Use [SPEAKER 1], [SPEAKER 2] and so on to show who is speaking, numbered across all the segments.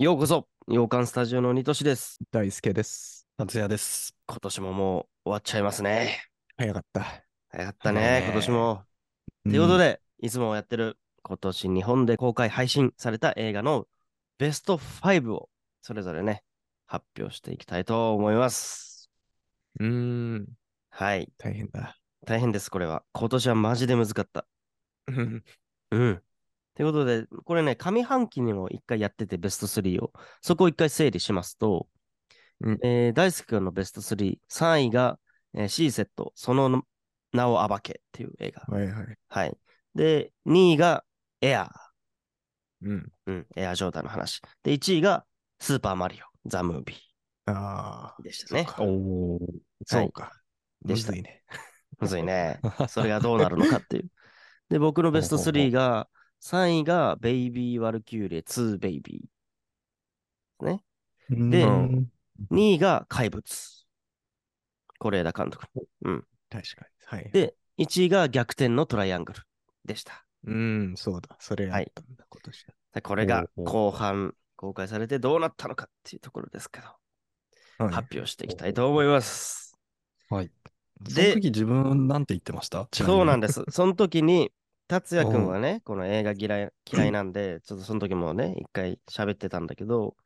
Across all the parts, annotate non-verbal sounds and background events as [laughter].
[SPEAKER 1] ようこそ洋館スタジオのニトシです。
[SPEAKER 2] 大輔です。
[SPEAKER 3] 達也です。
[SPEAKER 1] 今年ももう終わっちゃいますね。
[SPEAKER 2] 早かった。
[SPEAKER 1] 早かった
[SPEAKER 3] 早い
[SPEAKER 1] ね
[SPEAKER 3] ね、
[SPEAKER 1] 今年も。ということ
[SPEAKER 2] で、
[SPEAKER 1] で、いつもやってる今年日本で公開配信された映画のベスト5をそれぞれね、発表していきたいと思います。
[SPEAKER 2] うーん、
[SPEAKER 1] はい。
[SPEAKER 2] 大変
[SPEAKER 1] [laughs]
[SPEAKER 2] だ。
[SPEAKER 1] 大変です、これは。今年はマジで難かった。うん。ということで、これね、上半期にも一回やっててベスト3を、そこを一回整理しますと、
[SPEAKER 2] うん
[SPEAKER 1] えー大輔君のベスト3、3位が、えー、シーセット、その名を暴けっていう映画。
[SPEAKER 2] はいはい。
[SPEAKER 1] はい。で、2位がエアー。
[SPEAKER 2] うん。
[SPEAKER 1] うん、エアージョーダンの話。で、1位がスーパーマリオ、ザ・ムービ
[SPEAKER 2] ああ
[SPEAKER 1] ー、でしたね。
[SPEAKER 2] おお、そうか。
[SPEAKER 1] でした
[SPEAKER 2] むずいね。
[SPEAKER 1] むずいね。 [laughs] それがどうなるのかっていう。で、僕のベスト3が、3位がベイビー・ワルキューレ2ベイビー。で
[SPEAKER 2] うん
[SPEAKER 1] 2位が怪物。是枝監督。
[SPEAKER 2] 確かに。はい。
[SPEAKER 1] で、1位が逆転のトライアングルでした。
[SPEAKER 2] うん、そうだ。それや
[SPEAKER 1] は
[SPEAKER 2] っ
[SPEAKER 1] い
[SPEAKER 2] たんだ、今年。
[SPEAKER 1] でこれが
[SPEAKER 2] おうおう
[SPEAKER 1] 後半公開されてどうなったのかっていうところですけど、
[SPEAKER 2] はい
[SPEAKER 1] 発表していきたいと思います。
[SPEAKER 3] はい。そ
[SPEAKER 1] で
[SPEAKER 3] の時自分なんて言ってました
[SPEAKER 1] そうなん
[SPEAKER 3] だ。
[SPEAKER 1] です。その時に、達也くんはね、この映画嫌い嫌いなんで、ちょっとその時もね、一回喋ってたんだけど、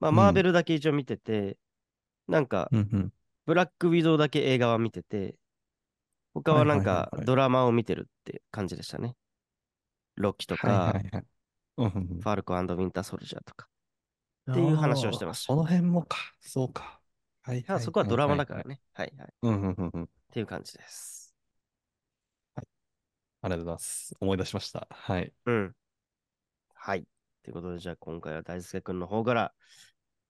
[SPEAKER 1] まあ、
[SPEAKER 3] うん
[SPEAKER 1] マーベルだけ一応見てて、なんか、
[SPEAKER 3] うんうん。
[SPEAKER 1] ブラックウィドウだけ映画は見てて、他はなん
[SPEAKER 3] はいはい
[SPEAKER 1] か
[SPEAKER 3] はいはい
[SPEAKER 1] ドラマを見てるって感じでしたね。ロッキーと
[SPEAKER 2] は
[SPEAKER 1] か、
[SPEAKER 2] いはい
[SPEAKER 3] うんう
[SPEAKER 1] フ
[SPEAKER 3] ん
[SPEAKER 1] ァルコンウィンターソルジャーとか。
[SPEAKER 3] うん
[SPEAKER 1] っていう話をしてました
[SPEAKER 3] あーその辺もか。そうか。はい
[SPEAKER 1] ただそこはドラマだから。ね。はいはい。っ
[SPEAKER 3] いいうんうんうんうん。
[SPEAKER 1] ていう感じです。
[SPEAKER 3] ありがとうございます。思い出しました。はい。
[SPEAKER 1] うん。はい。ということで、じゃあ今回は大輔くんの方から、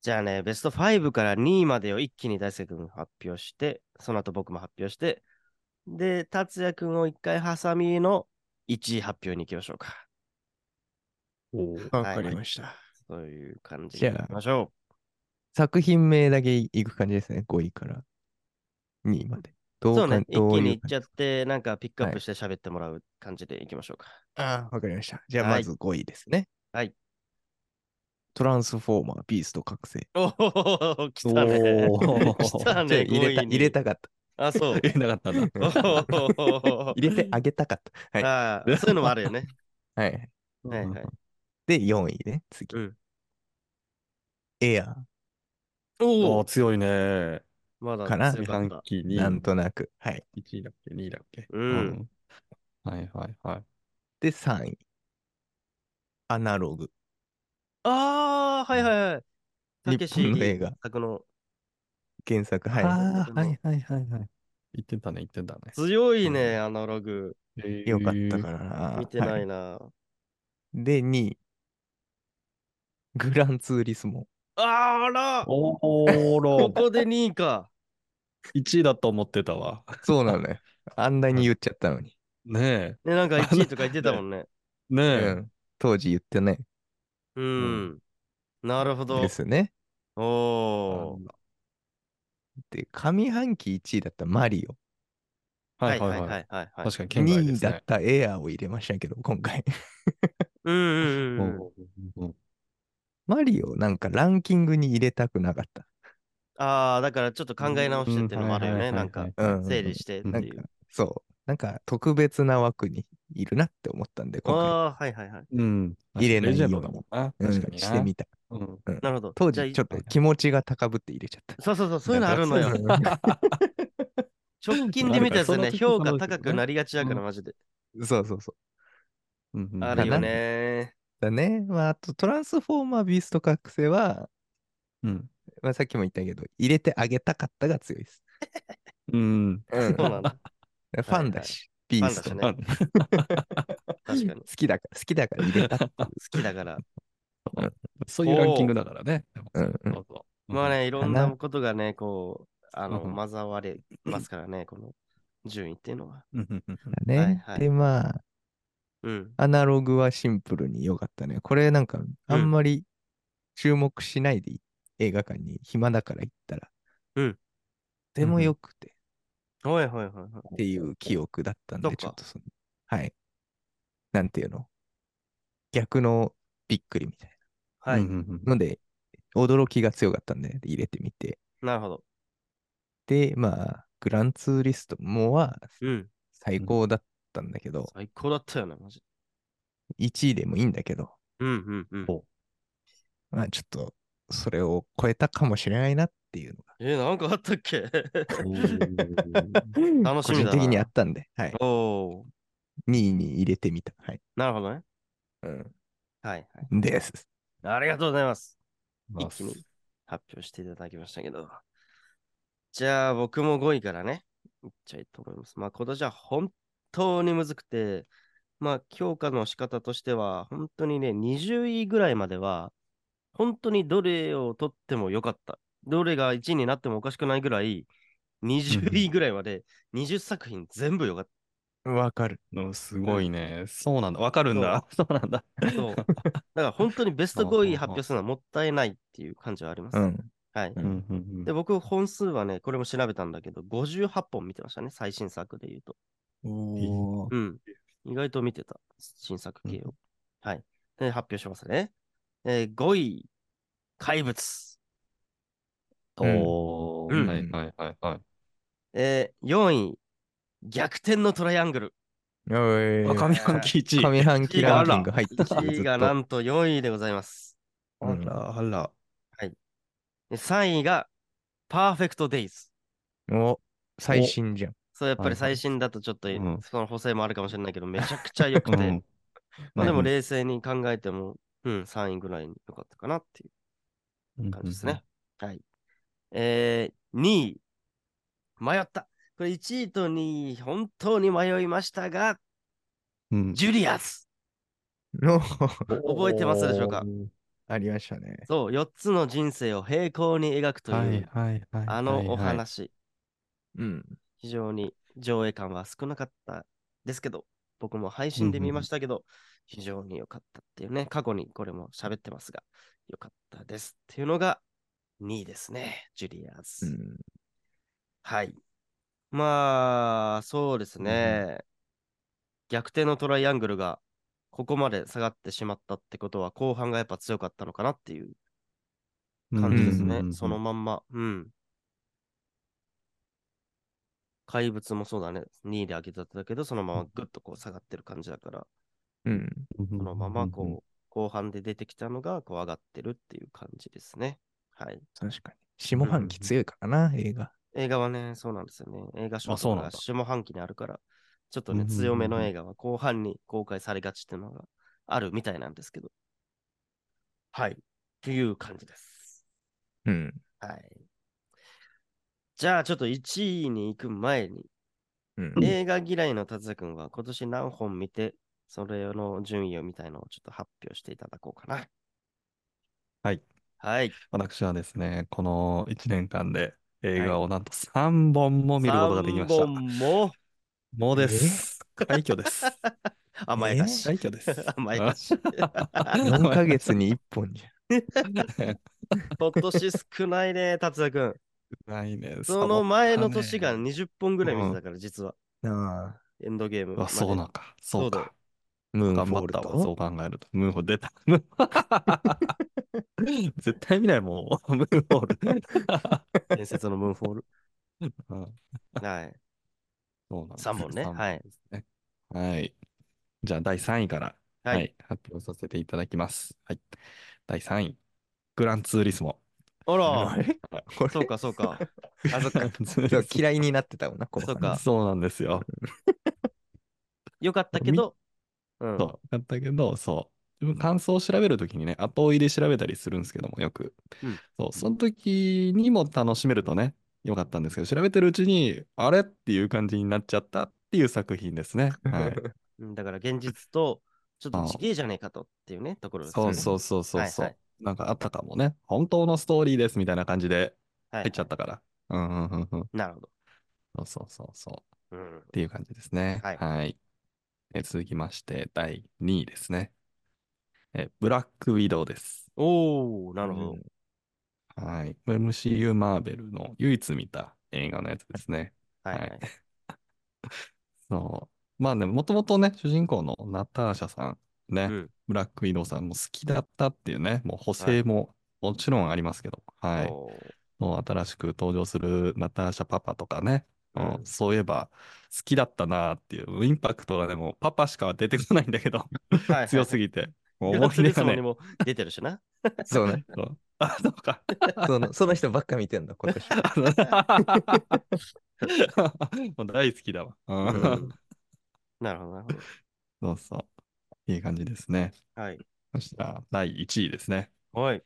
[SPEAKER 1] じゃあね、ベスト5から2位までを一気に大輔くん発表して、その後僕も発表して、で、達也くんを一回挟みの1位発表に行きましょうか。
[SPEAKER 2] わかりました。
[SPEAKER 1] そういう感じ
[SPEAKER 2] じ
[SPEAKER 1] で
[SPEAKER 2] ゃあ
[SPEAKER 1] いきましょ
[SPEAKER 2] 作品名だけいく感じですね。5位から2位まで。
[SPEAKER 1] う。
[SPEAKER 2] ど
[SPEAKER 1] そううね
[SPEAKER 2] か、
[SPEAKER 1] 一気
[SPEAKER 2] どう
[SPEAKER 1] に
[SPEAKER 2] い
[SPEAKER 1] いうっちゃって、なんかピックアッ
[SPEAKER 2] は
[SPEAKER 1] プ
[SPEAKER 2] い
[SPEAKER 1] して喋ってもらう感じでいきましょうか。
[SPEAKER 2] ああ、わかりました。じゃあ、
[SPEAKER 1] は
[SPEAKER 2] ま
[SPEAKER 1] い
[SPEAKER 2] ず5位ですね。
[SPEAKER 1] はい。
[SPEAKER 2] トランスフォーマー、ビースト覚醒。
[SPEAKER 1] お [laughs] お、来た
[SPEAKER 3] [laughs]
[SPEAKER 1] ね。
[SPEAKER 3] おー
[SPEAKER 1] 来た
[SPEAKER 2] [laughs] ちょ
[SPEAKER 1] ね、
[SPEAKER 2] 入れた、
[SPEAKER 1] 5位に
[SPEAKER 2] 入れたかっ
[SPEAKER 1] あ、そう。 [laughs]
[SPEAKER 3] 言えなかったんだ。
[SPEAKER 1] お
[SPEAKER 2] た。
[SPEAKER 1] ー
[SPEAKER 2] 入れてあげたかった。 [laughs] は
[SPEAKER 1] あーそういうのもあるよね。
[SPEAKER 2] い。はい。
[SPEAKER 1] はいはい。
[SPEAKER 2] で、4位ね、次。
[SPEAKER 1] うん
[SPEAKER 2] エア
[SPEAKER 1] お
[SPEAKER 3] おー
[SPEAKER 1] お、
[SPEAKER 3] 強いね。
[SPEAKER 1] まだ
[SPEAKER 2] かな
[SPEAKER 1] 強
[SPEAKER 3] 四
[SPEAKER 1] かっ
[SPEAKER 3] 半
[SPEAKER 1] た。
[SPEAKER 3] 期
[SPEAKER 2] ー、
[SPEAKER 3] に
[SPEAKER 2] な
[SPEAKER 3] 1
[SPEAKER 2] んとなく。はい。
[SPEAKER 3] 位だっけ ?2 位だっけ
[SPEAKER 1] う。。
[SPEAKER 3] うんはいはいはい。
[SPEAKER 2] で、3位。アナログ。
[SPEAKER 1] ああ、はいはいはい。たけ
[SPEAKER 2] 日
[SPEAKER 1] し
[SPEAKER 2] 本の [laughs] 映画。
[SPEAKER 1] 作の
[SPEAKER 2] 原作、は
[SPEAKER 3] ああ、はいはいはいはい。言ってたね、言ってたね。。
[SPEAKER 1] 強いね、アナログ。
[SPEAKER 2] い。よかったかららな。
[SPEAKER 1] 見てな
[SPEAKER 2] はい
[SPEAKER 1] な。
[SPEAKER 2] で、2位。グランツーリスモ。
[SPEAKER 1] あーあら
[SPEAKER 3] お
[SPEAKER 1] こ
[SPEAKER 3] ーら。
[SPEAKER 1] こで2位か。
[SPEAKER 3] 1位だと思ってたわ。
[SPEAKER 2] そうなのよ。 [laughs] あんなに言っちゃったのに。
[SPEAKER 3] ね
[SPEAKER 1] ね、なんか1位とか言ってたもんね。
[SPEAKER 3] え。
[SPEAKER 2] う
[SPEAKER 3] ねえ。
[SPEAKER 2] ん。当時言ってない
[SPEAKER 1] うん。なるほど
[SPEAKER 2] で。すね。
[SPEAKER 1] おおー。
[SPEAKER 2] で、上半期1位だったマリオ。
[SPEAKER 3] はいはいはい。
[SPEAKER 1] いはい。
[SPEAKER 3] 確かに県外
[SPEAKER 2] 2
[SPEAKER 3] で
[SPEAKER 2] 位
[SPEAKER 3] す
[SPEAKER 2] だっ
[SPEAKER 3] ね。
[SPEAKER 2] たエアーを入れましたけど、今回。 [laughs]
[SPEAKER 1] うんうんうんうん。
[SPEAKER 3] うん
[SPEAKER 2] マリオなんかランキングに入れたくなかっ
[SPEAKER 1] ああ、だからちょっと考え直してっていうのもあるよね。
[SPEAKER 3] うん
[SPEAKER 1] なんか
[SPEAKER 3] はい、
[SPEAKER 2] た。うん。
[SPEAKER 1] 整理してって
[SPEAKER 2] なん
[SPEAKER 1] い
[SPEAKER 2] か
[SPEAKER 1] う。、
[SPEAKER 2] そう。なんか特別な枠にいるなって思ったんで、今
[SPEAKER 1] ああー、はいはいはい。
[SPEAKER 3] うん。
[SPEAKER 2] 入れないように
[SPEAKER 3] レジェンドだもんな。
[SPEAKER 2] 回、
[SPEAKER 3] 確
[SPEAKER 2] う
[SPEAKER 3] か
[SPEAKER 2] ん、
[SPEAKER 3] にな。
[SPEAKER 2] してみた。
[SPEAKER 3] うん
[SPEAKER 1] なるほど。
[SPEAKER 2] 当
[SPEAKER 1] じゃあ
[SPEAKER 2] 時ちょっと気持ちが高ぶって入れちゃった。
[SPEAKER 1] そうそうそう、そういうのあるのよ。 [laughs] 直近で見たやつ
[SPEAKER 3] な
[SPEAKER 1] ね、
[SPEAKER 3] るから
[SPEAKER 1] 評
[SPEAKER 3] その時
[SPEAKER 1] 価
[SPEAKER 3] の
[SPEAKER 1] 高くなりがちだから、
[SPEAKER 3] う
[SPEAKER 1] マジで。
[SPEAKER 2] そう [laughs] そうそう。
[SPEAKER 3] うんうん
[SPEAKER 1] あるよね。
[SPEAKER 2] だね。まあ、あと、トランスフォーマービースト覚醒は、
[SPEAKER 3] うん。
[SPEAKER 2] まあ、さっきも言ったけど、入れてあげたかったが強いです。
[SPEAKER 3] うん。
[SPEAKER 2] うん [laughs]
[SPEAKER 1] そうなんだ。
[SPEAKER 2] ファンだし、ビースト
[SPEAKER 1] ファンだしね
[SPEAKER 2] の。
[SPEAKER 3] あ
[SPEAKER 1] 確かに。
[SPEAKER 2] 好きだから、好きだから入
[SPEAKER 1] [laughs]
[SPEAKER 2] れた。
[SPEAKER 1] 好きだから。
[SPEAKER 3] そういうランキングだからね。
[SPEAKER 2] うんうん
[SPEAKER 3] そうそう
[SPEAKER 1] まあ。ね、いろん
[SPEAKER 2] か
[SPEAKER 1] な
[SPEAKER 2] な
[SPEAKER 1] ことがね、こう、あの、
[SPEAKER 3] うんうん
[SPEAKER 1] 混ざわれますからね、この順位っていうのは。
[SPEAKER 3] うんうんうん
[SPEAKER 2] だね。
[SPEAKER 1] はいはい
[SPEAKER 2] で、まあ、
[SPEAKER 1] うん。
[SPEAKER 2] アナログはシンプルに良かったね。これなんか、あんまり注目しないでいい、映画館に暇だから行ったら。
[SPEAKER 1] うん
[SPEAKER 2] とても良くて
[SPEAKER 1] はいはいはいはい。
[SPEAKER 2] っていう記憶だったん
[SPEAKER 1] そっ
[SPEAKER 2] で、
[SPEAKER 1] か
[SPEAKER 2] ちょっとその、はい。なんていうの逆のびっくりみたい
[SPEAKER 1] は
[SPEAKER 3] う
[SPEAKER 1] い
[SPEAKER 3] ん。うん
[SPEAKER 2] ので、驚きが強かったんで、入れてみて。
[SPEAKER 1] なるほど。
[SPEAKER 2] で、まあ、グランツーリストもは
[SPEAKER 1] うん。
[SPEAKER 2] 最高だったんだけど、
[SPEAKER 1] 最高だったよね、マジ。
[SPEAKER 2] 1位でもいいんだけど、
[SPEAKER 1] うんうんうん。
[SPEAKER 2] まあ、ちょっと、それを超えたかもしれないなっていうのが、
[SPEAKER 1] えー、なんかあったっけ [laughs]
[SPEAKER 3] うんうん
[SPEAKER 1] 楽し
[SPEAKER 2] 個
[SPEAKER 1] みだ
[SPEAKER 2] 人
[SPEAKER 1] な。
[SPEAKER 2] 的にあったんで、はい。
[SPEAKER 1] おお
[SPEAKER 2] 2位に入れてみた。はい。
[SPEAKER 1] ー。なるほどね。
[SPEAKER 2] うん。
[SPEAKER 1] はい、はい。
[SPEAKER 2] です。
[SPEAKER 1] ありがとうございます。
[SPEAKER 3] まあ
[SPEAKER 1] 一気に発表していただきましたけど。じゃあ、僕も5位からね、いっちゃいと思います。まあ、今年は本当にむずくて、まあ、強化の仕方としては、本当にね、20位ぐらいまでは、本当にどれを取ってもよかった。どれが1位になってもおかしくないぐらい、20位ぐらいまで20作品全部よかっ
[SPEAKER 2] わかる。
[SPEAKER 3] うんすごいね。そうなんだ。わかるんだ。そうなんだ。
[SPEAKER 1] た。そう。だから本当にベスト5位発表するのはもったいないっていう感じはあります。
[SPEAKER 2] うん。
[SPEAKER 1] はい。
[SPEAKER 3] うんうん
[SPEAKER 1] で、僕、本数はね、これも調べたんだけど、58本見てましたね、最新作で言うと。
[SPEAKER 2] お
[SPEAKER 1] うん。意外と見てた、新作系を。はい。で、発表しますね。えー5位、怪物。
[SPEAKER 3] うんお
[SPEAKER 1] うん
[SPEAKER 3] ー。はいはいはいはい。
[SPEAKER 1] えー4位、逆転のトライアングル。
[SPEAKER 2] ー。
[SPEAKER 3] 上半期1位。
[SPEAKER 2] 上半期ランキング入ってきて
[SPEAKER 1] 1位
[SPEAKER 2] ずっ
[SPEAKER 1] が
[SPEAKER 2] と。
[SPEAKER 1] なんと4位でございます。
[SPEAKER 2] うん
[SPEAKER 3] あら。
[SPEAKER 1] で3位が、パーフェクトデイズ。
[SPEAKER 2] お、最新じゃん。
[SPEAKER 1] そう、やっぱ
[SPEAKER 3] はいは
[SPEAKER 1] り
[SPEAKER 3] い
[SPEAKER 1] 最新だとちょっと、
[SPEAKER 3] うん
[SPEAKER 1] その補正もあるかもしれないけど、めちゃくちゃ良く
[SPEAKER 2] [laughs]
[SPEAKER 3] う
[SPEAKER 1] て、
[SPEAKER 3] ん。
[SPEAKER 1] まあでも
[SPEAKER 3] ね、
[SPEAKER 1] 冷静に考えても、うん、3位ぐらいに良かったかなっていう感じですね。はい。えー、2位、迷った。これ1位と2位、本当に迷いましたが、
[SPEAKER 3] うん。うん
[SPEAKER 1] ジュリアス。
[SPEAKER 2] の、
[SPEAKER 1] 覚えてますでしょうか
[SPEAKER 2] ありましたね。
[SPEAKER 1] そう、4つの人生を平行に描くという、
[SPEAKER 3] はいはいはい。
[SPEAKER 1] あのお
[SPEAKER 3] はいはい。
[SPEAKER 1] 話、
[SPEAKER 2] うん。
[SPEAKER 1] 非常に上映感は少なかったですけど、僕も配信で見ましたけど、非常に良かったっていうね、過去にこれも喋ってますが、良かったですっていうのが2位ですね、ジュリアス。
[SPEAKER 2] うん
[SPEAKER 1] はい。まあ、そうですね。逆転のトライアングルがここまで下がってしまったってことは、後半がやっぱ強かったのかなっていう感じですね。
[SPEAKER 3] うん
[SPEAKER 1] その。まんま。うん。怪物もそうだね。2位で上げてたけど、そのままぐっとこう下がってる感じだから、
[SPEAKER 2] うん。
[SPEAKER 1] そのまま
[SPEAKER 3] うんうんうん
[SPEAKER 1] こう、後半で出てきたのがこう上がってるっていう感じですね。はい。
[SPEAKER 2] 確かに。下半期強いからな、映画。
[SPEAKER 1] 映画はね、そうなんですよね。映画賞
[SPEAKER 3] あそう
[SPEAKER 1] と
[SPEAKER 3] な
[SPEAKER 1] か
[SPEAKER 3] んだ
[SPEAKER 1] が下半期にあるから、ちょっと
[SPEAKER 3] う
[SPEAKER 1] ね、
[SPEAKER 3] んうんうんうん
[SPEAKER 1] 強めの映画は後半に公開されがちっていうのがあるみたいなんですけど。はい。っていう感じです。
[SPEAKER 2] うん。
[SPEAKER 1] はい。じゃあ、ちょっと1位に行く前に、
[SPEAKER 2] うん。
[SPEAKER 1] 映画嫌いの達也くんは今年何本見て、それの順位をみたいのをちょっと発表していただこうかな。
[SPEAKER 3] はい。
[SPEAKER 1] はい。
[SPEAKER 3] 私はですね、この1年間で映画をなんと3本も見ることができまし
[SPEAKER 1] 3
[SPEAKER 3] た。
[SPEAKER 1] 本も
[SPEAKER 3] もうです。 [laughs] 快挙です。
[SPEAKER 1] 甘やかし。
[SPEAKER 3] 快挙です。
[SPEAKER 1] [laughs] 甘やかし。
[SPEAKER 2] 4ヶ月に1本じ
[SPEAKER 1] 今年少ない [laughs] ね、達也くん。
[SPEAKER 3] ない [laughs] ね。
[SPEAKER 1] その前の年が
[SPEAKER 3] ね。
[SPEAKER 1] 20本ぐらい見てたから、実は。
[SPEAKER 2] ゃん。なあ。
[SPEAKER 1] エンドゲームまで。
[SPEAKER 3] あ、そうなんか。そう
[SPEAKER 1] そうだ
[SPEAKER 3] か。
[SPEAKER 2] ムーン
[SPEAKER 3] 頑
[SPEAKER 2] フォ
[SPEAKER 3] 張
[SPEAKER 2] ー
[SPEAKER 3] っ
[SPEAKER 2] ル
[SPEAKER 3] たわ。そ
[SPEAKER 2] と
[SPEAKER 3] う考えると。ムーンホール出た。ムーンホール [laughs] 絶対見ないもん。ムーンホール。
[SPEAKER 1] 伝説のムーンフォール。
[SPEAKER 3] うん
[SPEAKER 1] はい。
[SPEAKER 3] そうなんです
[SPEAKER 1] 3本ね。
[SPEAKER 3] 三
[SPEAKER 1] はい。
[SPEAKER 3] はい。じゃあ、第3位から、
[SPEAKER 1] [laughs] は
[SPEAKER 3] はいい、発表させていただきます。はい。第3位、グランツーリスモ。
[SPEAKER 1] あら、
[SPEAKER 2] あれこ
[SPEAKER 1] そうか、そう [laughs] か。あ、そっ
[SPEAKER 3] グ
[SPEAKER 1] か
[SPEAKER 3] ラ。ンツーリ
[SPEAKER 2] れ
[SPEAKER 3] スモ
[SPEAKER 2] そう嫌いになってたもんな、こ
[SPEAKER 1] そうか
[SPEAKER 3] [laughs] そうなんですよ。
[SPEAKER 1] よかったけど、うん。
[SPEAKER 3] そう。だったけど、そう。自分感想を調べるときにね、後追いで調べたりするんですけども、よく。
[SPEAKER 1] うん
[SPEAKER 3] そう。その時にも楽しめるとね、よかったんですけど、調べてるうちに、あれっていう感じになっちゃったっていう作品ですね。はい。
[SPEAKER 1] [laughs] うんだから現実と、ちょっとちげえじゃねえかとっていうね、ところですよ
[SPEAKER 3] そ
[SPEAKER 1] ね。
[SPEAKER 3] うそうそうそう
[SPEAKER 1] はい
[SPEAKER 3] そう、
[SPEAKER 1] はい
[SPEAKER 3] なんかあったかもね、本当のストーリーですみたいな感じで
[SPEAKER 1] はい
[SPEAKER 3] 入っちゃったから。うんうんうんうん。
[SPEAKER 1] なるほど。
[SPEAKER 3] そうそうそうそう。
[SPEAKER 1] うん
[SPEAKER 3] っ。ていう感じですね。
[SPEAKER 1] はい
[SPEAKER 3] え続きまして、第2位ですね。えブラックウィドウです。
[SPEAKER 1] おー、なるほど。
[SPEAKER 3] はい。これ MCU マーベルの唯一見た映画のやつですね。
[SPEAKER 1] はいは
[SPEAKER 3] はい
[SPEAKER 1] い。
[SPEAKER 3] そう。まあね、もともとね、主人公のナターシャさんね、
[SPEAKER 1] うん
[SPEAKER 3] ブラックウィドウさんも好きだったっていうね、もう補正ももちろんありますけど、はい。
[SPEAKER 1] おー
[SPEAKER 3] もう新しく登場するナターシャパパとかね、うん
[SPEAKER 1] うん
[SPEAKER 3] そういえば好きだったなっていう、インパクトがでもパパしか出てこないんだけど、
[SPEAKER 1] はいはい
[SPEAKER 3] 強すぎて。もう
[SPEAKER 1] ユ
[SPEAKER 3] 思
[SPEAKER 1] ダツ
[SPEAKER 3] い出
[SPEAKER 1] リ
[SPEAKER 3] が
[SPEAKER 1] スモに
[SPEAKER 3] ね。
[SPEAKER 1] も出てるしな。
[SPEAKER 2] そうね。
[SPEAKER 3] そうあ、そう [laughs] か。
[SPEAKER 2] その、その人ばっか見てんだ、今年。
[SPEAKER 3] あのもう大好きだわ。うん
[SPEAKER 1] [laughs] うんなるほど、なるほ
[SPEAKER 3] そうそう。いい感じですね。
[SPEAKER 1] ど。はい。
[SPEAKER 3] そしたら、第1位ですね。
[SPEAKER 1] はい。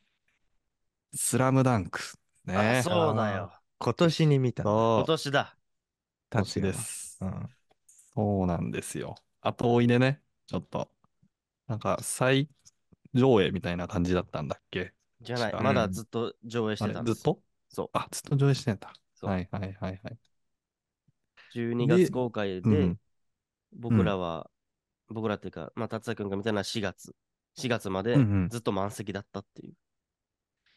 [SPEAKER 3] スラムダンク。ね
[SPEAKER 1] あ。そうだよ。
[SPEAKER 2] 今年に見たんだ。
[SPEAKER 1] 今
[SPEAKER 3] そう。
[SPEAKER 1] 年だ。
[SPEAKER 3] 今
[SPEAKER 2] 達
[SPEAKER 3] 年
[SPEAKER 2] 也は
[SPEAKER 3] です。
[SPEAKER 2] うん。
[SPEAKER 3] そうなんですよ。後追いでね、ちょっと、なんか再上映みたいな感じだったんだっけ
[SPEAKER 1] じゃない。
[SPEAKER 3] うん
[SPEAKER 1] まだずっと上映し
[SPEAKER 3] あ
[SPEAKER 1] て
[SPEAKER 3] れ
[SPEAKER 1] たん
[SPEAKER 3] ず
[SPEAKER 1] で
[SPEAKER 3] っ
[SPEAKER 1] す。
[SPEAKER 3] と
[SPEAKER 1] そ
[SPEAKER 3] あ、ずっと上映してた。
[SPEAKER 1] そう
[SPEAKER 3] はいはいはいはい。
[SPEAKER 1] う。12月公開
[SPEAKER 3] う
[SPEAKER 1] で
[SPEAKER 3] ん、
[SPEAKER 1] 僕らは、僕らっていうか、まあ、達也君が見たのは4月。4月まで
[SPEAKER 3] うんうん
[SPEAKER 1] ずっと満席だったっていう。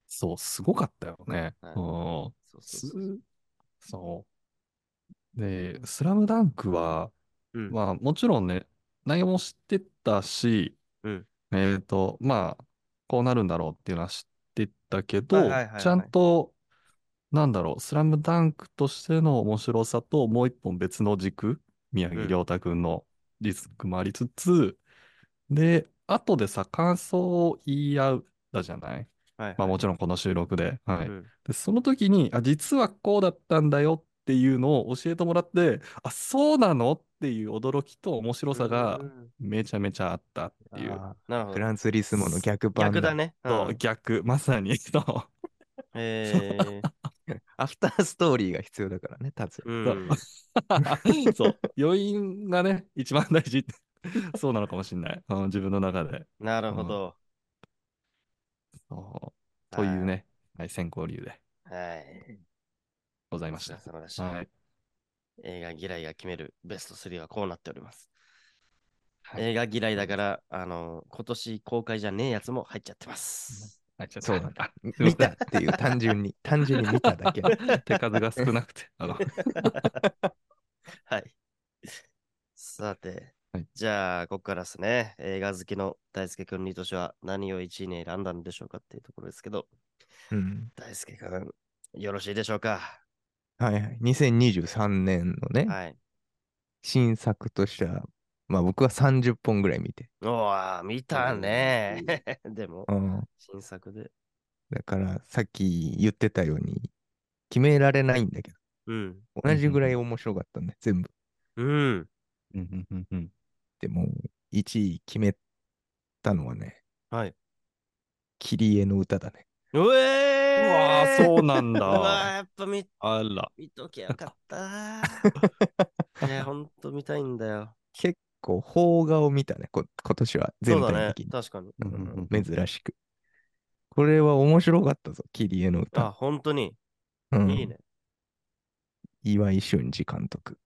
[SPEAKER 3] そう、すごかったよね。
[SPEAKER 1] はい
[SPEAKER 3] うん。
[SPEAKER 1] そうそうそう
[SPEAKER 3] すそう。で、スラムダンクは、
[SPEAKER 1] うん
[SPEAKER 3] まあもちろんね、内容も知ってたし、
[SPEAKER 1] うん
[SPEAKER 3] えっと、まあ、こうなるんだろうっていうのは知ってたけど、
[SPEAKER 1] はいはいはいはい
[SPEAKER 3] ちゃんと、なんだろう、スラムダンクとしての面白さと、もう一本別の軸、宮
[SPEAKER 1] う
[SPEAKER 3] 城
[SPEAKER 1] ん
[SPEAKER 3] 亮太君のリスクもありつつ、で、後でさ、感想を言い合うたじゃない
[SPEAKER 1] はいはい。
[SPEAKER 3] まあもちろんこの収録で。はい。
[SPEAKER 1] うん
[SPEAKER 3] で、その時に、あ、実はこうだったんだよっていうのを教えてもらって、あ、そうなのっていう驚きと面白さが
[SPEAKER 1] うん
[SPEAKER 3] めちゃめちゃあったっていう。
[SPEAKER 2] あ
[SPEAKER 1] なるほ
[SPEAKER 2] ーグ
[SPEAKER 1] ど。
[SPEAKER 2] ランツーリスモの逆版
[SPEAKER 1] 逆だ。ね。
[SPEAKER 3] そう
[SPEAKER 1] うん
[SPEAKER 3] 逆、まさに、 [laughs] そう。
[SPEAKER 1] え
[SPEAKER 3] [laughs]
[SPEAKER 1] ー
[SPEAKER 2] アフターストーリーが必要だからね、達也。
[SPEAKER 1] うん
[SPEAKER 3] そう。余韻がね、一番大事って。 [laughs] そうなのかもしれない。うん自分の中で。
[SPEAKER 1] なるほど。
[SPEAKER 3] そう。というね、はい、先行理由で
[SPEAKER 1] はい。
[SPEAKER 3] ござい
[SPEAKER 1] お
[SPEAKER 3] まし
[SPEAKER 1] 疲
[SPEAKER 3] た
[SPEAKER 1] れ。様でした。
[SPEAKER 3] はい。
[SPEAKER 1] 映画嫌いが決めるベスト3はこうなっております。
[SPEAKER 3] はい
[SPEAKER 1] 映画嫌いだから、あの、今年公開じゃねえやつも入っちゃってます。
[SPEAKER 3] はいちょっと
[SPEAKER 2] そうなんだ。 [laughs] 見たっていう単純に、 [laughs] 単純に見ただけ。
[SPEAKER 3] 手数が少なくて。あの
[SPEAKER 1] はい。さて、
[SPEAKER 3] はい
[SPEAKER 1] じゃあ、ここからですね、映画好きの大輔君にとしは何を1位に選んだんでしょうかっていうところですけど、
[SPEAKER 2] うん。
[SPEAKER 1] 大輔君、よろしいでしょうか。
[SPEAKER 2] はいはい。2023年のね、
[SPEAKER 1] はい。
[SPEAKER 2] 新作としては、まあ僕は30本ぐらい見て。
[SPEAKER 1] おー、見たね。 [laughs] でも、
[SPEAKER 2] うん。
[SPEAKER 1] 新作で。
[SPEAKER 2] だから、さっき言ってたように、決められないんだけど、
[SPEAKER 1] うん。
[SPEAKER 2] 同じぐらい面白かったんで、全部。
[SPEAKER 1] うん。
[SPEAKER 3] うんうんうんうん
[SPEAKER 2] でも、1位決めたのはね、
[SPEAKER 1] はい。
[SPEAKER 2] キリエの歌だね。
[SPEAKER 1] うえー
[SPEAKER 3] うわあ、そうな
[SPEAKER 1] [laughs]
[SPEAKER 3] ん
[SPEAKER 1] うわー
[SPEAKER 3] だ。
[SPEAKER 1] やっぱ見
[SPEAKER 3] あら。
[SPEAKER 1] 見ときゃよかったー。いや、ほんと見たいんだよ。
[SPEAKER 2] 結構、邦画を見たね、こ今年は
[SPEAKER 1] そ
[SPEAKER 2] 全
[SPEAKER 1] うだ
[SPEAKER 2] 体
[SPEAKER 1] ね
[SPEAKER 2] 的。に。
[SPEAKER 1] 確かに。
[SPEAKER 2] う
[SPEAKER 3] うんんうんうん
[SPEAKER 2] 珍しく。これは面白かったぞ、キリエの
[SPEAKER 1] あ、
[SPEAKER 2] 歌。
[SPEAKER 1] ほんとに。
[SPEAKER 2] うん
[SPEAKER 1] いいね。
[SPEAKER 2] 岩井俊二監督、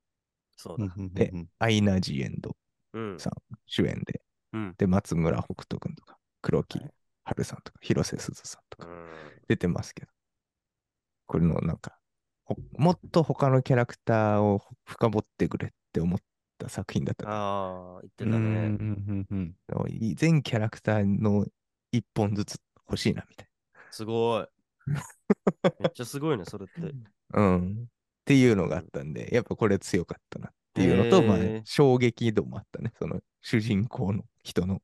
[SPEAKER 1] そうだ。
[SPEAKER 2] でアイナ・ジ・エンド
[SPEAKER 1] うん。
[SPEAKER 2] さ主演で、
[SPEAKER 1] うん
[SPEAKER 2] で、松村北斗君とか、黒木
[SPEAKER 1] はい
[SPEAKER 2] 春さんとか、広瀬すずさんと
[SPEAKER 1] う
[SPEAKER 2] か
[SPEAKER 1] ん
[SPEAKER 2] 出てますけど、これのなんか、ほもっと他のキャラクターを深掘ってくれって思った作品だったか
[SPEAKER 1] ああ、言って
[SPEAKER 3] う
[SPEAKER 1] た
[SPEAKER 3] んうん
[SPEAKER 1] ね。
[SPEAKER 3] うんうん
[SPEAKER 2] ら、い全キャラクターの一本ずつ欲しいな、みたい
[SPEAKER 1] す
[SPEAKER 2] [laughs]
[SPEAKER 1] ごい。めっちゃすごいね、それって。
[SPEAKER 2] な。うん。っていうのがあったんで、やっぱこれ強かったなっていうのと、まあ
[SPEAKER 1] へー、
[SPEAKER 2] 衝撃度もあったね、その主人公の人の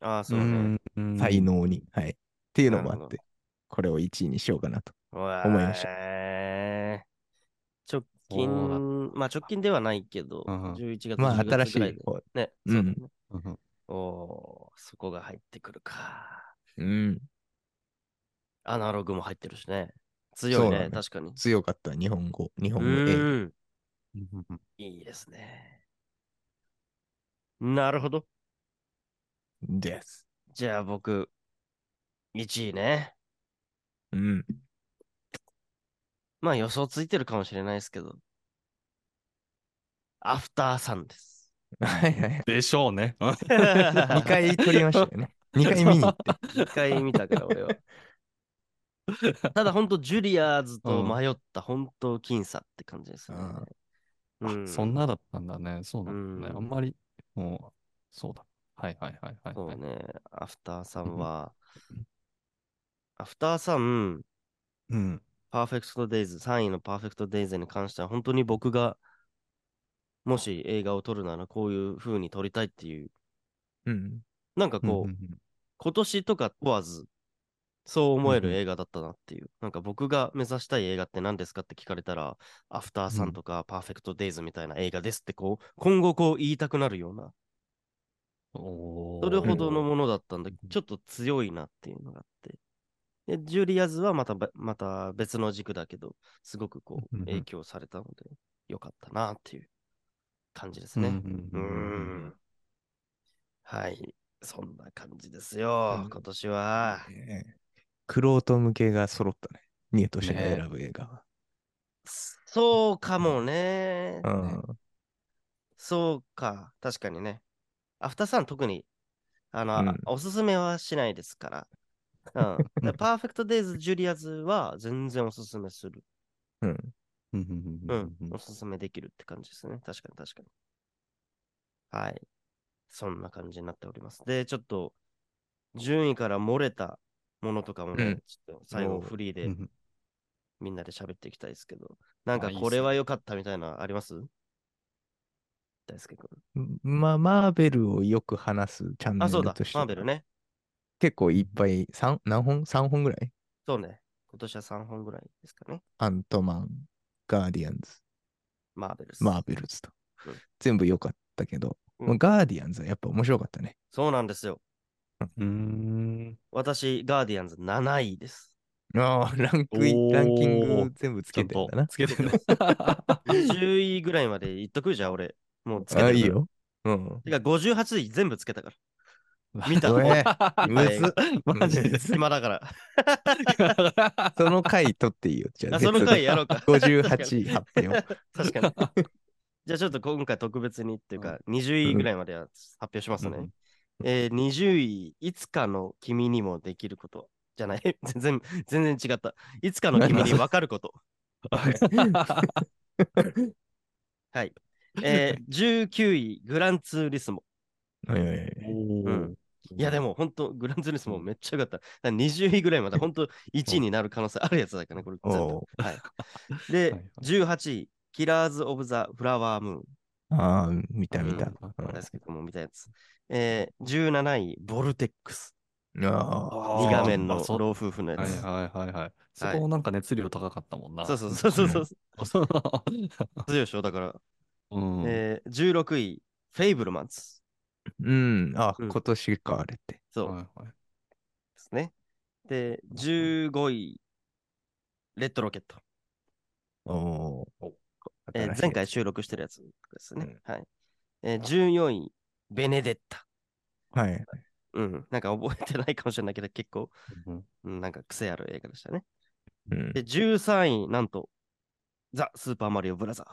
[SPEAKER 1] ああ、そううね。
[SPEAKER 3] んうんうん
[SPEAKER 2] 才能に、はい。っていうのも
[SPEAKER 1] なる
[SPEAKER 2] あ
[SPEAKER 1] ほ
[SPEAKER 2] っ
[SPEAKER 1] ど
[SPEAKER 2] て、これを1位にしようかなと。
[SPEAKER 1] 思
[SPEAKER 2] いました
[SPEAKER 1] 直
[SPEAKER 3] そ
[SPEAKER 1] 近、まあ直近ではないけど、
[SPEAKER 3] うん
[SPEAKER 1] 11月
[SPEAKER 2] まあ、
[SPEAKER 1] 1
[SPEAKER 2] 新
[SPEAKER 1] 月
[SPEAKER 2] し
[SPEAKER 1] ぐらい
[SPEAKER 2] い
[SPEAKER 1] で。
[SPEAKER 2] 方。
[SPEAKER 1] ね。
[SPEAKER 2] うん
[SPEAKER 1] そうだね
[SPEAKER 3] うんうん
[SPEAKER 1] おーそこが入ってくるか。
[SPEAKER 2] うん。
[SPEAKER 1] アナログも入ってるしね。強い
[SPEAKER 2] そうだ
[SPEAKER 1] ね、
[SPEAKER 2] ね
[SPEAKER 1] 確かに。
[SPEAKER 2] 強かった、日本語。日
[SPEAKER 1] う
[SPEAKER 2] 本語映画。
[SPEAKER 1] ーん、
[SPEAKER 3] うんうん
[SPEAKER 1] いいですね。なるほど。
[SPEAKER 2] です。
[SPEAKER 1] じゃあ僕、1位ね。
[SPEAKER 2] うん。
[SPEAKER 1] まあ予想ついてるかもしれないですけど。アフターさん [laughs] です。
[SPEAKER 2] はいはい。
[SPEAKER 3] でしょうね。うん
[SPEAKER 2] 2
[SPEAKER 1] 2
[SPEAKER 2] 回撮りました
[SPEAKER 1] [laughs]
[SPEAKER 2] よね。2回見に行って。
[SPEAKER 1] 一回見たから俺 [laughs] は。ただ本当ジュリアーズと迷った本当僅差って感じですね。
[SPEAKER 2] う
[SPEAKER 1] う
[SPEAKER 3] あそんなだったんだね。そうなん
[SPEAKER 1] う
[SPEAKER 3] だね。
[SPEAKER 1] ん
[SPEAKER 3] あんまり、もう、そうだ。はいはいはいはい、
[SPEAKER 1] そう
[SPEAKER 3] はい。
[SPEAKER 1] ね。アフターさんは、アフターさん、
[SPEAKER 3] うん。
[SPEAKER 1] パーフェクトデイズ、3位のパーフェクトデイズに関しては、本当に僕が、もし映画を撮るならこういう風に撮りたいっていう、
[SPEAKER 2] うん。
[SPEAKER 1] なんかこう、
[SPEAKER 3] んんん
[SPEAKER 1] 今年とか問わず、そう思え
[SPEAKER 3] うん
[SPEAKER 1] る
[SPEAKER 3] うん
[SPEAKER 1] 映画だったなっていう。なんか僕が目指したい映画って何ですかって聞かれたら、アフターさ
[SPEAKER 3] うん
[SPEAKER 1] んとかパーフェクトデイズみたいな映画ですってこう、今後こう言いたくなるような、
[SPEAKER 3] おー
[SPEAKER 1] それほどのものだったんで、ちょっと強いなっていうのがあって。で、ジュリアズはまたば、また別の軸だけど、すごくこ
[SPEAKER 3] うんう
[SPEAKER 1] う、
[SPEAKER 3] ん
[SPEAKER 1] 影響されたので、よかったなっていう感じです
[SPEAKER 3] うんう
[SPEAKER 1] ね。
[SPEAKER 3] ん
[SPEAKER 1] う
[SPEAKER 3] うん
[SPEAKER 1] ー
[SPEAKER 3] うんうん
[SPEAKER 1] ん。はい。そんな感じですよ、
[SPEAKER 2] うん
[SPEAKER 1] 今年は。
[SPEAKER 2] ねえクロート向けが揃ったね。ニエとして
[SPEAKER 3] ねえ
[SPEAKER 2] 選ぶ映画は。
[SPEAKER 1] そうかもね。
[SPEAKER 2] うん。
[SPEAKER 1] そうか。確かにね。アフターさん特に、あの、
[SPEAKER 2] うん
[SPEAKER 1] おすすめはしないですから。うん。
[SPEAKER 2] [laughs]
[SPEAKER 1] でパーフェクトデイズ、ジュリアズは全然おすすめする。
[SPEAKER 2] うん。
[SPEAKER 3] うんうん
[SPEAKER 1] う
[SPEAKER 3] うん
[SPEAKER 1] ん。
[SPEAKER 3] うん
[SPEAKER 1] おすすめできるって感じですね。確かに確かに。はい。そんな感じになっております。で、ちょっと、順位から漏れたものとかもね、
[SPEAKER 2] うん
[SPEAKER 1] ちょっと最後
[SPEAKER 2] おう
[SPEAKER 1] フリー
[SPEAKER 3] う
[SPEAKER 1] で
[SPEAKER 3] ん
[SPEAKER 1] みんなで喋っていきたいですけど、なん
[SPEAKER 3] あ
[SPEAKER 1] か
[SPEAKER 3] いいっ
[SPEAKER 1] これ
[SPEAKER 3] すね
[SPEAKER 1] は良かったみたいなのあります大輔君。
[SPEAKER 2] まあ、マーベルをよく話すチャンネ
[SPEAKER 1] あ、そう
[SPEAKER 2] ル
[SPEAKER 1] だ
[SPEAKER 2] とし、て
[SPEAKER 1] マ
[SPEAKER 2] は
[SPEAKER 1] ーベルね。
[SPEAKER 2] 結構いっぱい、三何本 ?3 本ぐらい
[SPEAKER 1] そうね。今年は3本ぐらいですかね。
[SPEAKER 2] アントマン、ガーディアンズ、
[SPEAKER 1] マーベルス。
[SPEAKER 2] マーベルズと
[SPEAKER 1] うん。
[SPEAKER 2] 全部良かったけど、
[SPEAKER 1] うん
[SPEAKER 2] まあガーディアンズはやっぱ面白かったね。
[SPEAKER 1] そうなんですよ。
[SPEAKER 3] うーん。
[SPEAKER 1] 私、ガーディアンズ7位
[SPEAKER 2] [laughs]
[SPEAKER 1] です。
[SPEAKER 2] ああ、ランクイ
[SPEAKER 3] お
[SPEAKER 2] ン、
[SPEAKER 3] ー
[SPEAKER 2] ランキング全部つ
[SPEAKER 3] ち
[SPEAKER 2] け
[SPEAKER 3] ゃん
[SPEAKER 2] てん
[SPEAKER 3] と
[SPEAKER 2] だな。
[SPEAKER 3] つけてんだ。
[SPEAKER 1] 10位ぐらいまでいっとくじゃあ、俺。もうつけてる
[SPEAKER 2] あ
[SPEAKER 1] から
[SPEAKER 2] いい。よ。うん。
[SPEAKER 1] てか、58位全部つけ
[SPEAKER 2] [laughs]
[SPEAKER 1] たから。見た。 [laughs]
[SPEAKER 2] うえむ
[SPEAKER 1] 映 [laughs]
[SPEAKER 2] ずっ
[SPEAKER 1] 画
[SPEAKER 3] マジで。
[SPEAKER 1] 暇だから。
[SPEAKER 2] その回取っていいよ。じゃあ、。
[SPEAKER 1] あその回やろうか
[SPEAKER 2] 58位発
[SPEAKER 1] [laughs]
[SPEAKER 2] 表。
[SPEAKER 1] 確かに。
[SPEAKER 3] [laughs]
[SPEAKER 1] [laughs] じゃあちょっと今回特別にっていうか、20位ぐらいまでは発表しますね。
[SPEAKER 3] うん
[SPEAKER 1] えー20位、いつかの君にもできること。じゃない [laughs] 全然、全然違った。いつかの
[SPEAKER 3] [laughs]
[SPEAKER 1] 君に分かること。はい。えー19位、グランツーリスモ。
[SPEAKER 2] はいはいはい
[SPEAKER 3] お
[SPEAKER 1] う
[SPEAKER 3] ー
[SPEAKER 1] んいや、でも本当、グランツーリスモめっちゃよかった。だから20位ぐらいまで本当1位になる可能性あるやつだからね、これ全部。
[SPEAKER 2] お
[SPEAKER 1] はい、で、
[SPEAKER 3] はいはい
[SPEAKER 1] 18位、キラーズ・オブ・ザ・フラワームーン。
[SPEAKER 2] ああ、見た見た。
[SPEAKER 3] う
[SPEAKER 2] うんん
[SPEAKER 1] 大輔君も見たやつ。えー、17位、ボルテックス。
[SPEAKER 2] ああ、
[SPEAKER 1] 2画面の
[SPEAKER 3] あそう
[SPEAKER 1] 老夫婦のや
[SPEAKER 3] はい
[SPEAKER 1] つ。
[SPEAKER 3] はいはいはい。そこもなんか熱量高かったもんな。
[SPEAKER 1] そうそうそうそうそう。
[SPEAKER 3] そう。
[SPEAKER 1] 強いでしょ、だから。
[SPEAKER 3] [laughs] うん。
[SPEAKER 1] えー、16位、フェイブルマンズ。
[SPEAKER 2] うん。あ、
[SPEAKER 1] うん
[SPEAKER 2] 今年か、あれって。
[SPEAKER 1] そうで
[SPEAKER 3] はいはい
[SPEAKER 1] すね。で、15位、レッドロケット。
[SPEAKER 2] おおー。
[SPEAKER 1] えー
[SPEAKER 2] 新しい
[SPEAKER 1] 前回収録してるやつですね。
[SPEAKER 2] うん
[SPEAKER 1] はい。えー、14位、ベネデッタ。
[SPEAKER 2] はい。
[SPEAKER 1] うん。なんか覚えてないかもしれないけど、結構、
[SPEAKER 3] うん
[SPEAKER 1] うんなんか癖ある映画でしたね。
[SPEAKER 2] うん
[SPEAKER 1] で、13位、なんと、ザ・スーパーマリオブラザー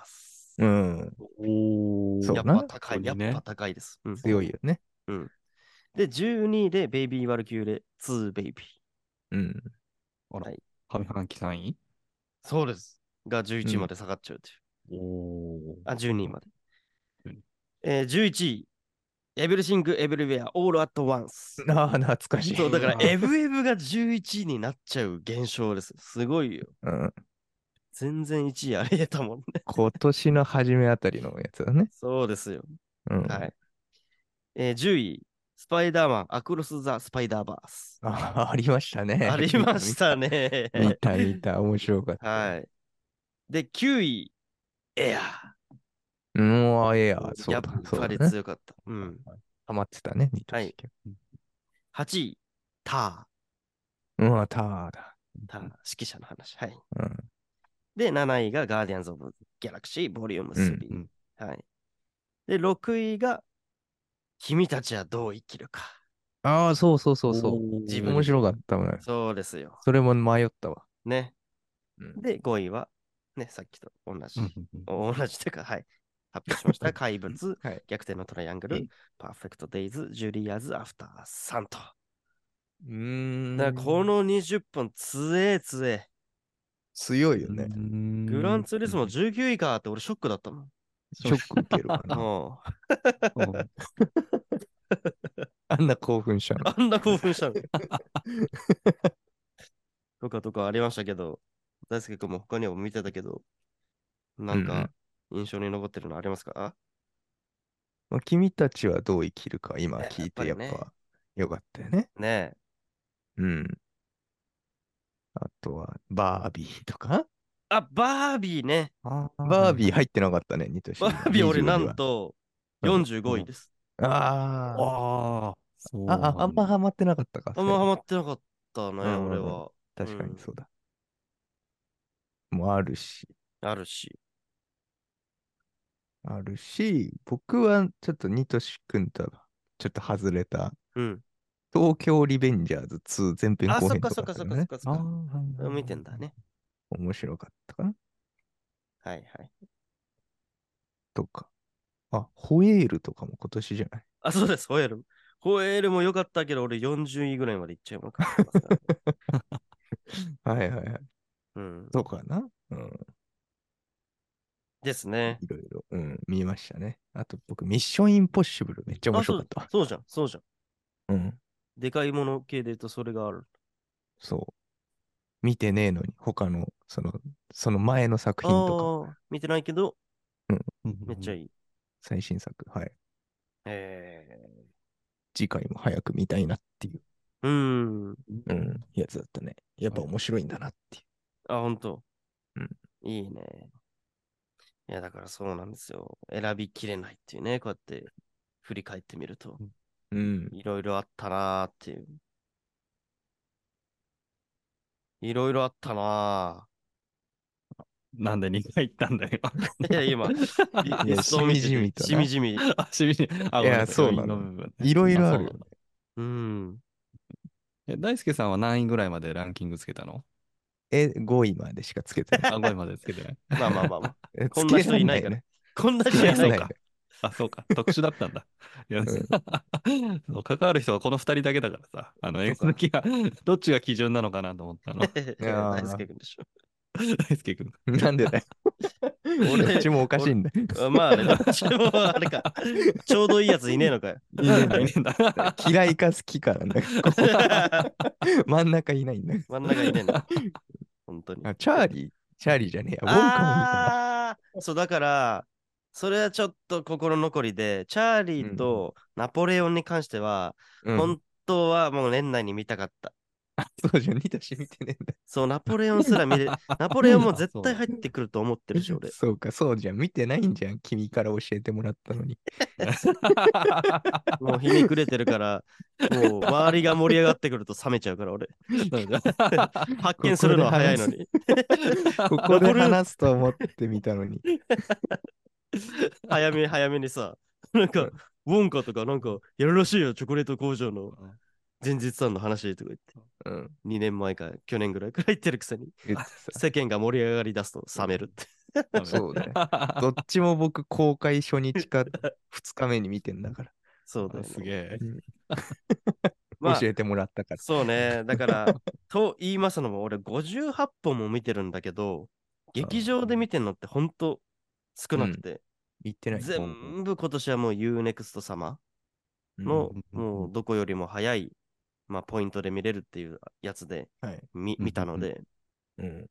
[SPEAKER 1] ズ。
[SPEAKER 2] うん。
[SPEAKER 3] おー
[SPEAKER 2] そう
[SPEAKER 1] やっ
[SPEAKER 2] な
[SPEAKER 1] ぱ高
[SPEAKER 3] ここ
[SPEAKER 1] い、や
[SPEAKER 3] に
[SPEAKER 1] っ
[SPEAKER 3] ね
[SPEAKER 1] ぱ高いです。うん
[SPEAKER 2] 強いよね。
[SPEAKER 1] で、12位で、ベイビー・ワルキューレ2、ベイビー。 [laughs]
[SPEAKER 2] うん。
[SPEAKER 3] 上半期3位
[SPEAKER 1] そうです。が
[SPEAKER 2] う
[SPEAKER 1] 11位
[SPEAKER 2] ん
[SPEAKER 1] まで下がっちゃうという。
[SPEAKER 3] おお。
[SPEAKER 1] あ、12位まで。
[SPEAKER 3] 12
[SPEAKER 1] えー、11位、エブリシング・エブリウェア、オール・アット・ワンス。
[SPEAKER 2] ああ、懐かしい。
[SPEAKER 1] そう、だから
[SPEAKER 2] [laughs]
[SPEAKER 3] う、わ
[SPEAKER 1] エブエブが11位になっちゃう現象です。すごいよ。
[SPEAKER 2] うん、
[SPEAKER 1] 全然1位ありえたもんね。
[SPEAKER 2] 今年の初めあたりのやつだね。
[SPEAKER 1] そうですよ。
[SPEAKER 2] うん、
[SPEAKER 1] はい。えー、10位、スパイダーマン、アクロス・ザ・スパイダーバー
[SPEAKER 2] [laughs]
[SPEAKER 1] ス。
[SPEAKER 2] [laughs] あありましたね。
[SPEAKER 1] ありましたね。
[SPEAKER 2] 見た。見た、見た、面白かった。
[SPEAKER 1] はい。で、9位、エア
[SPEAKER 2] うん、うわエアー、
[SPEAKER 1] ー。
[SPEAKER 2] そ
[SPEAKER 1] や
[SPEAKER 2] う
[SPEAKER 1] っ
[SPEAKER 2] だ、そう
[SPEAKER 1] ぱ
[SPEAKER 2] だ
[SPEAKER 1] り
[SPEAKER 2] ね。
[SPEAKER 1] 強かった。うん。
[SPEAKER 2] ハマってたね、ニト
[SPEAKER 1] は
[SPEAKER 2] シ
[SPEAKER 1] い8位、タ
[SPEAKER 2] うん、ターだ。
[SPEAKER 1] ー。ター、指揮者の話。はい。
[SPEAKER 2] うん、
[SPEAKER 1] で、7位がガーディアンズ・オブ・ギャラクシー、ボリューム3。
[SPEAKER 3] うん
[SPEAKER 1] はい。で、6位が、君たちはどう生きるか。
[SPEAKER 2] ああ、そうそうそうそう。
[SPEAKER 3] う
[SPEAKER 1] 自分
[SPEAKER 2] 面白かったもん。
[SPEAKER 1] そうですよ。
[SPEAKER 2] それも迷ったわ。
[SPEAKER 1] ね。
[SPEAKER 2] うん
[SPEAKER 1] で、5位は、ね、さっきと同じ。
[SPEAKER 3] 分
[SPEAKER 1] お同じというか、はい。発表しま
[SPEAKER 2] [laughs]
[SPEAKER 1] した。怪物、
[SPEAKER 2] はい
[SPEAKER 1] 逆転のトライアング
[SPEAKER 2] う
[SPEAKER 1] ル
[SPEAKER 2] ん、
[SPEAKER 1] パーフェクトデイズ、ジュリアズ、アフターさんと。
[SPEAKER 2] うーん
[SPEAKER 1] だからこの20分、つえつえ。
[SPEAKER 2] 強いよね。
[SPEAKER 1] グランツーリスモ19位かって俺ショック [laughs] だったもん。
[SPEAKER 2] ショック受けるかな。
[SPEAKER 1] もう
[SPEAKER 2] [laughs] あんな興奮したの。
[SPEAKER 1] あんな興奮したの。 [laughs] とかとかありましたけど、大輔君も他にも見てたけど、なん
[SPEAKER 2] うんうん
[SPEAKER 1] か印象に残ってるのありますか、
[SPEAKER 2] まあ君たちはどう生きるか今
[SPEAKER 1] ね
[SPEAKER 2] 聞いて
[SPEAKER 1] や
[SPEAKER 2] や
[SPEAKER 1] っ
[SPEAKER 2] っ
[SPEAKER 1] ぱりね
[SPEAKER 2] ぱよかったよね。
[SPEAKER 1] ねえ。
[SPEAKER 2] うん。あとは、バービーとか
[SPEAKER 1] あ、バービー
[SPEAKER 2] [laughs]
[SPEAKER 1] ね。
[SPEAKER 2] バービー入ってなかったね、ニトシ。
[SPEAKER 1] バービー俺
[SPEAKER 2] 25
[SPEAKER 1] なんと45位です。
[SPEAKER 2] は。あ
[SPEAKER 3] ああ、そう
[SPEAKER 2] あ。
[SPEAKER 3] なん
[SPEAKER 2] あ、
[SPEAKER 3] だ
[SPEAKER 2] あんまハマってなかったか。
[SPEAKER 1] あんまハマってなかったね、
[SPEAKER 2] うん
[SPEAKER 1] 俺は。
[SPEAKER 2] 確か
[SPEAKER 1] うん
[SPEAKER 2] にそうだ。もあるし、
[SPEAKER 1] あるし。
[SPEAKER 2] あるし、僕はちょっとニトシ君とはちょっと外れた、
[SPEAKER 1] うん。
[SPEAKER 2] 東京リベンジャーズ2前編
[SPEAKER 1] あ、
[SPEAKER 2] 後
[SPEAKER 1] そっ
[SPEAKER 2] 編
[SPEAKER 1] か
[SPEAKER 2] と
[SPEAKER 1] そ
[SPEAKER 2] か
[SPEAKER 1] っか
[SPEAKER 2] だ
[SPEAKER 1] そ
[SPEAKER 2] よ
[SPEAKER 1] っかそっ
[SPEAKER 2] ね。
[SPEAKER 1] か
[SPEAKER 3] あ
[SPEAKER 1] そっか。
[SPEAKER 3] あ
[SPEAKER 1] 見てんだね。。
[SPEAKER 2] 面白かったかな
[SPEAKER 1] はいはい。
[SPEAKER 2] とか。あ、ホエールとかも今年じゃない
[SPEAKER 1] [laughs] あ、そうです、ホエール。ホエールも良かったけど、俺40位ぐらいまでいっちゃいまかったから
[SPEAKER 2] [laughs]
[SPEAKER 1] ね。
[SPEAKER 2] はいはいはい。
[SPEAKER 1] うん。
[SPEAKER 2] そうかなうん。
[SPEAKER 1] ですね。
[SPEAKER 2] いろいろ、うん、見ましたね。あと僕、ミッションインポッシブルめっちゃ面白かったわ
[SPEAKER 1] あそう。そうじゃん、そうじゃん。
[SPEAKER 2] うん。
[SPEAKER 1] でかいもの系で言うとそれがある。
[SPEAKER 2] そう。見てねえのに、他の、その、その前の作
[SPEAKER 1] あ
[SPEAKER 2] 品とか、
[SPEAKER 1] ー見てないけど、めっちゃ
[SPEAKER 3] いい。
[SPEAKER 1] いい。
[SPEAKER 2] 最新作、はい。
[SPEAKER 1] え
[SPEAKER 2] 次回も早く見たいなっていう、
[SPEAKER 1] ー、うーん。
[SPEAKER 2] うん、やつだったね。やっぱ
[SPEAKER 3] はい
[SPEAKER 2] 面白いんだなっていう。
[SPEAKER 1] あ、ほんと。
[SPEAKER 2] うん。
[SPEAKER 1] いいね。いや、だからそうなんですよ。選びきれないっていうね、こうやって振り返ってみると、
[SPEAKER 2] うん。
[SPEAKER 1] いろいろあったなーっていう。いろいろあったな
[SPEAKER 3] なんで2回行ったんだよ。
[SPEAKER 1] ー。いや、今、[laughs]
[SPEAKER 2] [laughs]
[SPEAKER 3] [laughs]
[SPEAKER 2] いや
[SPEAKER 1] リストを見てて
[SPEAKER 2] しみじみとな
[SPEAKER 1] しみじみ。
[SPEAKER 3] あ、しみじみ。あ、
[SPEAKER 2] いや
[SPEAKER 3] ごめんなさ
[SPEAKER 2] そうなの
[SPEAKER 3] 余韻部分ね
[SPEAKER 2] いろいろあ
[SPEAKER 3] そう
[SPEAKER 2] るよ
[SPEAKER 3] なんだ
[SPEAKER 1] うん。
[SPEAKER 3] え大輔さんは何位ぐらいまでランキングつ
[SPEAKER 2] [laughs]
[SPEAKER 3] けたの
[SPEAKER 2] え、5位までしかつけてない。
[SPEAKER 3] あ、5位までつけてない。
[SPEAKER 1] まあまあまあま [laughs] あ。
[SPEAKER 2] え
[SPEAKER 1] こんな人いない
[SPEAKER 2] つ
[SPEAKER 1] か
[SPEAKER 2] け
[SPEAKER 1] ら
[SPEAKER 2] ね。
[SPEAKER 1] こんな
[SPEAKER 2] つ
[SPEAKER 1] 人
[SPEAKER 2] け
[SPEAKER 1] い
[SPEAKER 2] ら
[SPEAKER 1] ない
[SPEAKER 2] れ
[SPEAKER 1] か
[SPEAKER 2] ない。
[SPEAKER 3] あ、そうか。特殊だったんだ。いや、
[SPEAKER 2] うん
[SPEAKER 3] [laughs] そう関わる人はこの2人だけだからさ。あの、映画好きが、どっちが基準なのかなと思ったの。
[SPEAKER 2] やー
[SPEAKER 1] 大輔君でしょ。
[SPEAKER 3] 大輔君。
[SPEAKER 2] [laughs] なんでだよ。
[SPEAKER 1] [laughs] 俺
[SPEAKER 2] どっちもおかしいんだよ。
[SPEAKER 1] あまあね、どっちもあ [laughs] れか。ちょうどいいやついねえのかよ。 [laughs]
[SPEAKER 3] いいねいいねんだ。
[SPEAKER 2] 嫌いか好きかなんだよ。ここ真ん中いないんだよ。
[SPEAKER 1] 真ん中いねえんだ。本当に。
[SPEAKER 2] [laughs] あチャーリー、チャーリーじゃねえや。ウォンカもいい
[SPEAKER 1] あ
[SPEAKER 2] か
[SPEAKER 1] あ、そうだから、それはちょっと心残りで、チャーリーとナポレオンに関しては、
[SPEAKER 2] な。うん
[SPEAKER 1] 本当はもう年内に見たかった。
[SPEAKER 2] そうじゃん、ニトシ見てねえんだ
[SPEAKER 1] そう、ナポレオンすら [laughs] 見れ、ナポレオンも絶対入ってくると思ってるし、俺
[SPEAKER 2] よ。。そうか、そうじゃん、見てないんじゃん。君から教えてもらったの [laughs] に。
[SPEAKER 1] もうひねくれてる
[SPEAKER 2] [laughs]
[SPEAKER 1] から、もう周りが盛り上がってくると冷めちゃうから、俺。
[SPEAKER 3] [laughs]
[SPEAKER 1] 発見するのは早いのに。
[SPEAKER 2] ここで話すと思ってみたのに。
[SPEAKER 1] 早め早めにさ、なんか、ウォンカとかなんか、やるらしいよ、チョコレート工場の前日さんの話とか言って、
[SPEAKER 2] うん。
[SPEAKER 1] 2年前か去年ぐらいくらい言ってるくせ
[SPEAKER 2] [laughs]
[SPEAKER 1] に、
[SPEAKER 2] 言って
[SPEAKER 1] 世間が盛り上がり出すと冷めるって。
[SPEAKER 2] たそうだよ。 [laughs] どっちも僕、公開初日か2日目に見てんだから。
[SPEAKER 1] そうだよ、ね。
[SPEAKER 3] すげえ。
[SPEAKER 1] まあ
[SPEAKER 2] 教、えてもらったから。
[SPEAKER 1] そうね。だから、
[SPEAKER 2] [laughs]
[SPEAKER 1] と言いますのも、俺58本も見てるんだけど、劇場で見てるのってほんと少なくて、
[SPEAKER 2] 言ってない。
[SPEAKER 1] 全部今年はもう UNEXT 様の、
[SPEAKER 3] うん
[SPEAKER 1] もうどこよりも早い、まあ、ポイントで見れるっていうやつで
[SPEAKER 2] はい
[SPEAKER 1] 見見たので、
[SPEAKER 2] うん。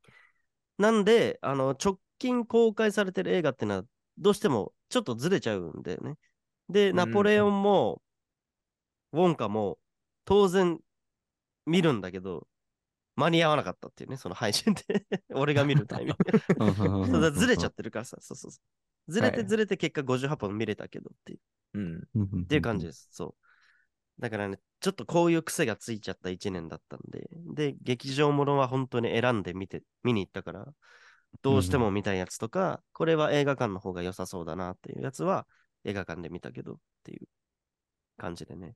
[SPEAKER 1] なんで、あの、直近公開されてる映画ってのは、どうしてもちょっとずれちゃうんだよね。で、
[SPEAKER 2] ん
[SPEAKER 1] ナポレオンも、ウォンカも、当然、見るんだけど、間に合わなかったっていうね、その配信で。 [laughs] 俺が見るタイミング。そうだからずれちゃってるからさ、そうそうそう。ずれて
[SPEAKER 2] はい
[SPEAKER 1] ずれて結果58本見れたけどっていう
[SPEAKER 2] うん。
[SPEAKER 3] うん。っ
[SPEAKER 1] っていう感じです。そう。だからね、ちょっとこういう癖がついちゃった1年だったんで、で、劇場ものは本当に選んで見て、見に行ったから、どうしても見たいやつとか、これは映画館の方が良さそうだなっていうやつは映画館で見たけどっていう感じでね。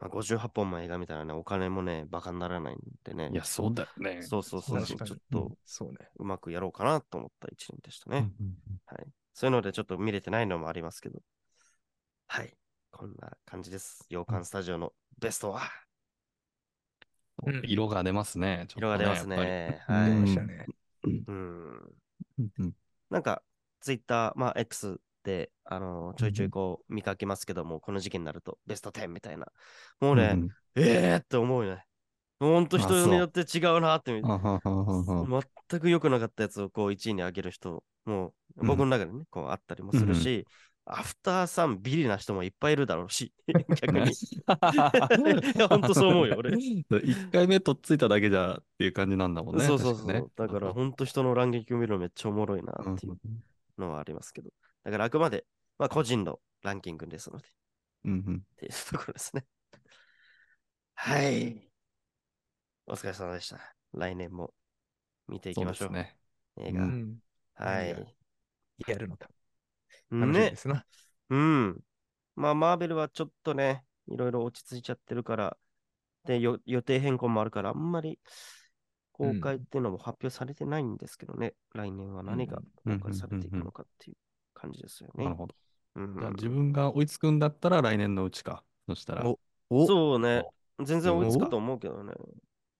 [SPEAKER 1] まあ、58本も映画見たらね、お金もね、バカにならないんでね。
[SPEAKER 3] いや、そうだよね。
[SPEAKER 1] そうそうそうそう、
[SPEAKER 2] 確かに
[SPEAKER 1] ちょっと
[SPEAKER 2] そうね。
[SPEAKER 1] うまくやろうかなと思った1年でしたね。
[SPEAKER 3] うんうん
[SPEAKER 1] はい。そういうのでちょっと見れてないのもありますけど。はい。こんな感じです。洋館スタジオのベストは。
[SPEAKER 2] う
[SPEAKER 3] うん
[SPEAKER 2] ん
[SPEAKER 3] 色が出ますね。ちょっと
[SPEAKER 1] 色が出ます
[SPEAKER 3] やっ
[SPEAKER 1] ね。は
[SPEAKER 2] 出
[SPEAKER 1] い。
[SPEAKER 2] ましたね。
[SPEAKER 1] うん。
[SPEAKER 3] ぱりうんうん
[SPEAKER 1] なんか、ツイッター、まあ、X って、あの、ちょいちょいこう見かけますけども、この時期になるとベスト10みたいな。もうね、
[SPEAKER 3] うん
[SPEAKER 1] えーって思うよね。ほんと人によって違うなって
[SPEAKER 3] あはははは
[SPEAKER 1] 全く良くなかったやつをこう1位に上げる人も
[SPEAKER 3] うん
[SPEAKER 1] 僕の中でね、こうあったりもするし、アフターさんビリな人もいっぱいいるだろう
[SPEAKER 3] [laughs]
[SPEAKER 1] し、逆に。いやほんとそう思うよ俺
[SPEAKER 3] 一回目とっついただけじゃっていう感じなんだもんね。
[SPEAKER 1] そうそうそう。
[SPEAKER 3] 確
[SPEAKER 1] だ
[SPEAKER 3] ね
[SPEAKER 1] から、本当人の乱撃を見るのめっちゃおもろいな
[SPEAKER 3] うん
[SPEAKER 1] っていうのはありますけど。だからあくまで、まあ、個人のランキングですので、っ
[SPEAKER 3] うん
[SPEAKER 1] ていうところですね。はい。お疲れ様でした。来年も見ていきましょう。
[SPEAKER 3] そうですね。
[SPEAKER 1] 映画。
[SPEAKER 3] う
[SPEAKER 2] うんん。
[SPEAKER 1] は
[SPEAKER 2] 映
[SPEAKER 1] い。
[SPEAKER 2] やるのか。楽しみ
[SPEAKER 1] ね
[SPEAKER 2] で。すな。
[SPEAKER 1] うん。まあ、マーベルはちょっとね、いろいろ落ち着いちゃってるから、で、よ予定変更もあるから、あんまり公開っていうのも発表されてないんですけどね、来年は何が公開されていくのかっていう感じですよね。
[SPEAKER 3] なるほど。
[SPEAKER 1] うん
[SPEAKER 3] じゃあ自分が追いつくんだったら来年のうちか。そしたら。
[SPEAKER 2] お
[SPEAKER 1] そうね。全然追いつくと思うけどね。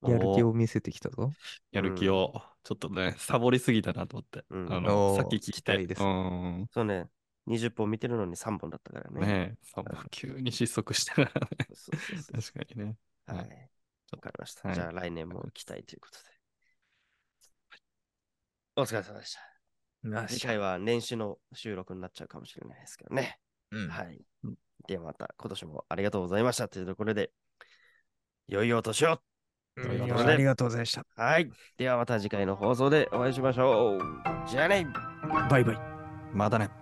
[SPEAKER 2] やる気
[SPEAKER 3] お
[SPEAKER 2] を見せてきたぞ。
[SPEAKER 3] やる気を、ちょっとね、サボりすぎたなと思って。
[SPEAKER 1] うん
[SPEAKER 3] あの
[SPEAKER 2] おー
[SPEAKER 3] さっき聞い
[SPEAKER 2] 期
[SPEAKER 3] て。
[SPEAKER 2] 待です
[SPEAKER 3] うん。
[SPEAKER 1] そうね。20本見てるのに3本だったからね。
[SPEAKER 3] ねえ、さ急に失速したからね。
[SPEAKER 1] そうそうそう
[SPEAKER 3] [laughs] 確かにね。
[SPEAKER 1] はい。
[SPEAKER 3] は
[SPEAKER 1] わ
[SPEAKER 3] い
[SPEAKER 1] かりまし
[SPEAKER 3] は
[SPEAKER 1] た。
[SPEAKER 3] い
[SPEAKER 1] じゃあ来年も期待ということで。お疲れ様でした。
[SPEAKER 2] な
[SPEAKER 1] 次。回は年始の収録になっちゃうかもしれないですけどね。
[SPEAKER 2] うん
[SPEAKER 1] はい
[SPEAKER 3] うん。
[SPEAKER 1] ではまた今年もありがとうございましたというところで、良いお年を
[SPEAKER 2] うん
[SPEAKER 1] ということで
[SPEAKER 2] ありがとうございました。
[SPEAKER 1] はい。ではまた次回の放送でお会いしましょう。じゃあね
[SPEAKER 2] バイバイ。
[SPEAKER 3] またね。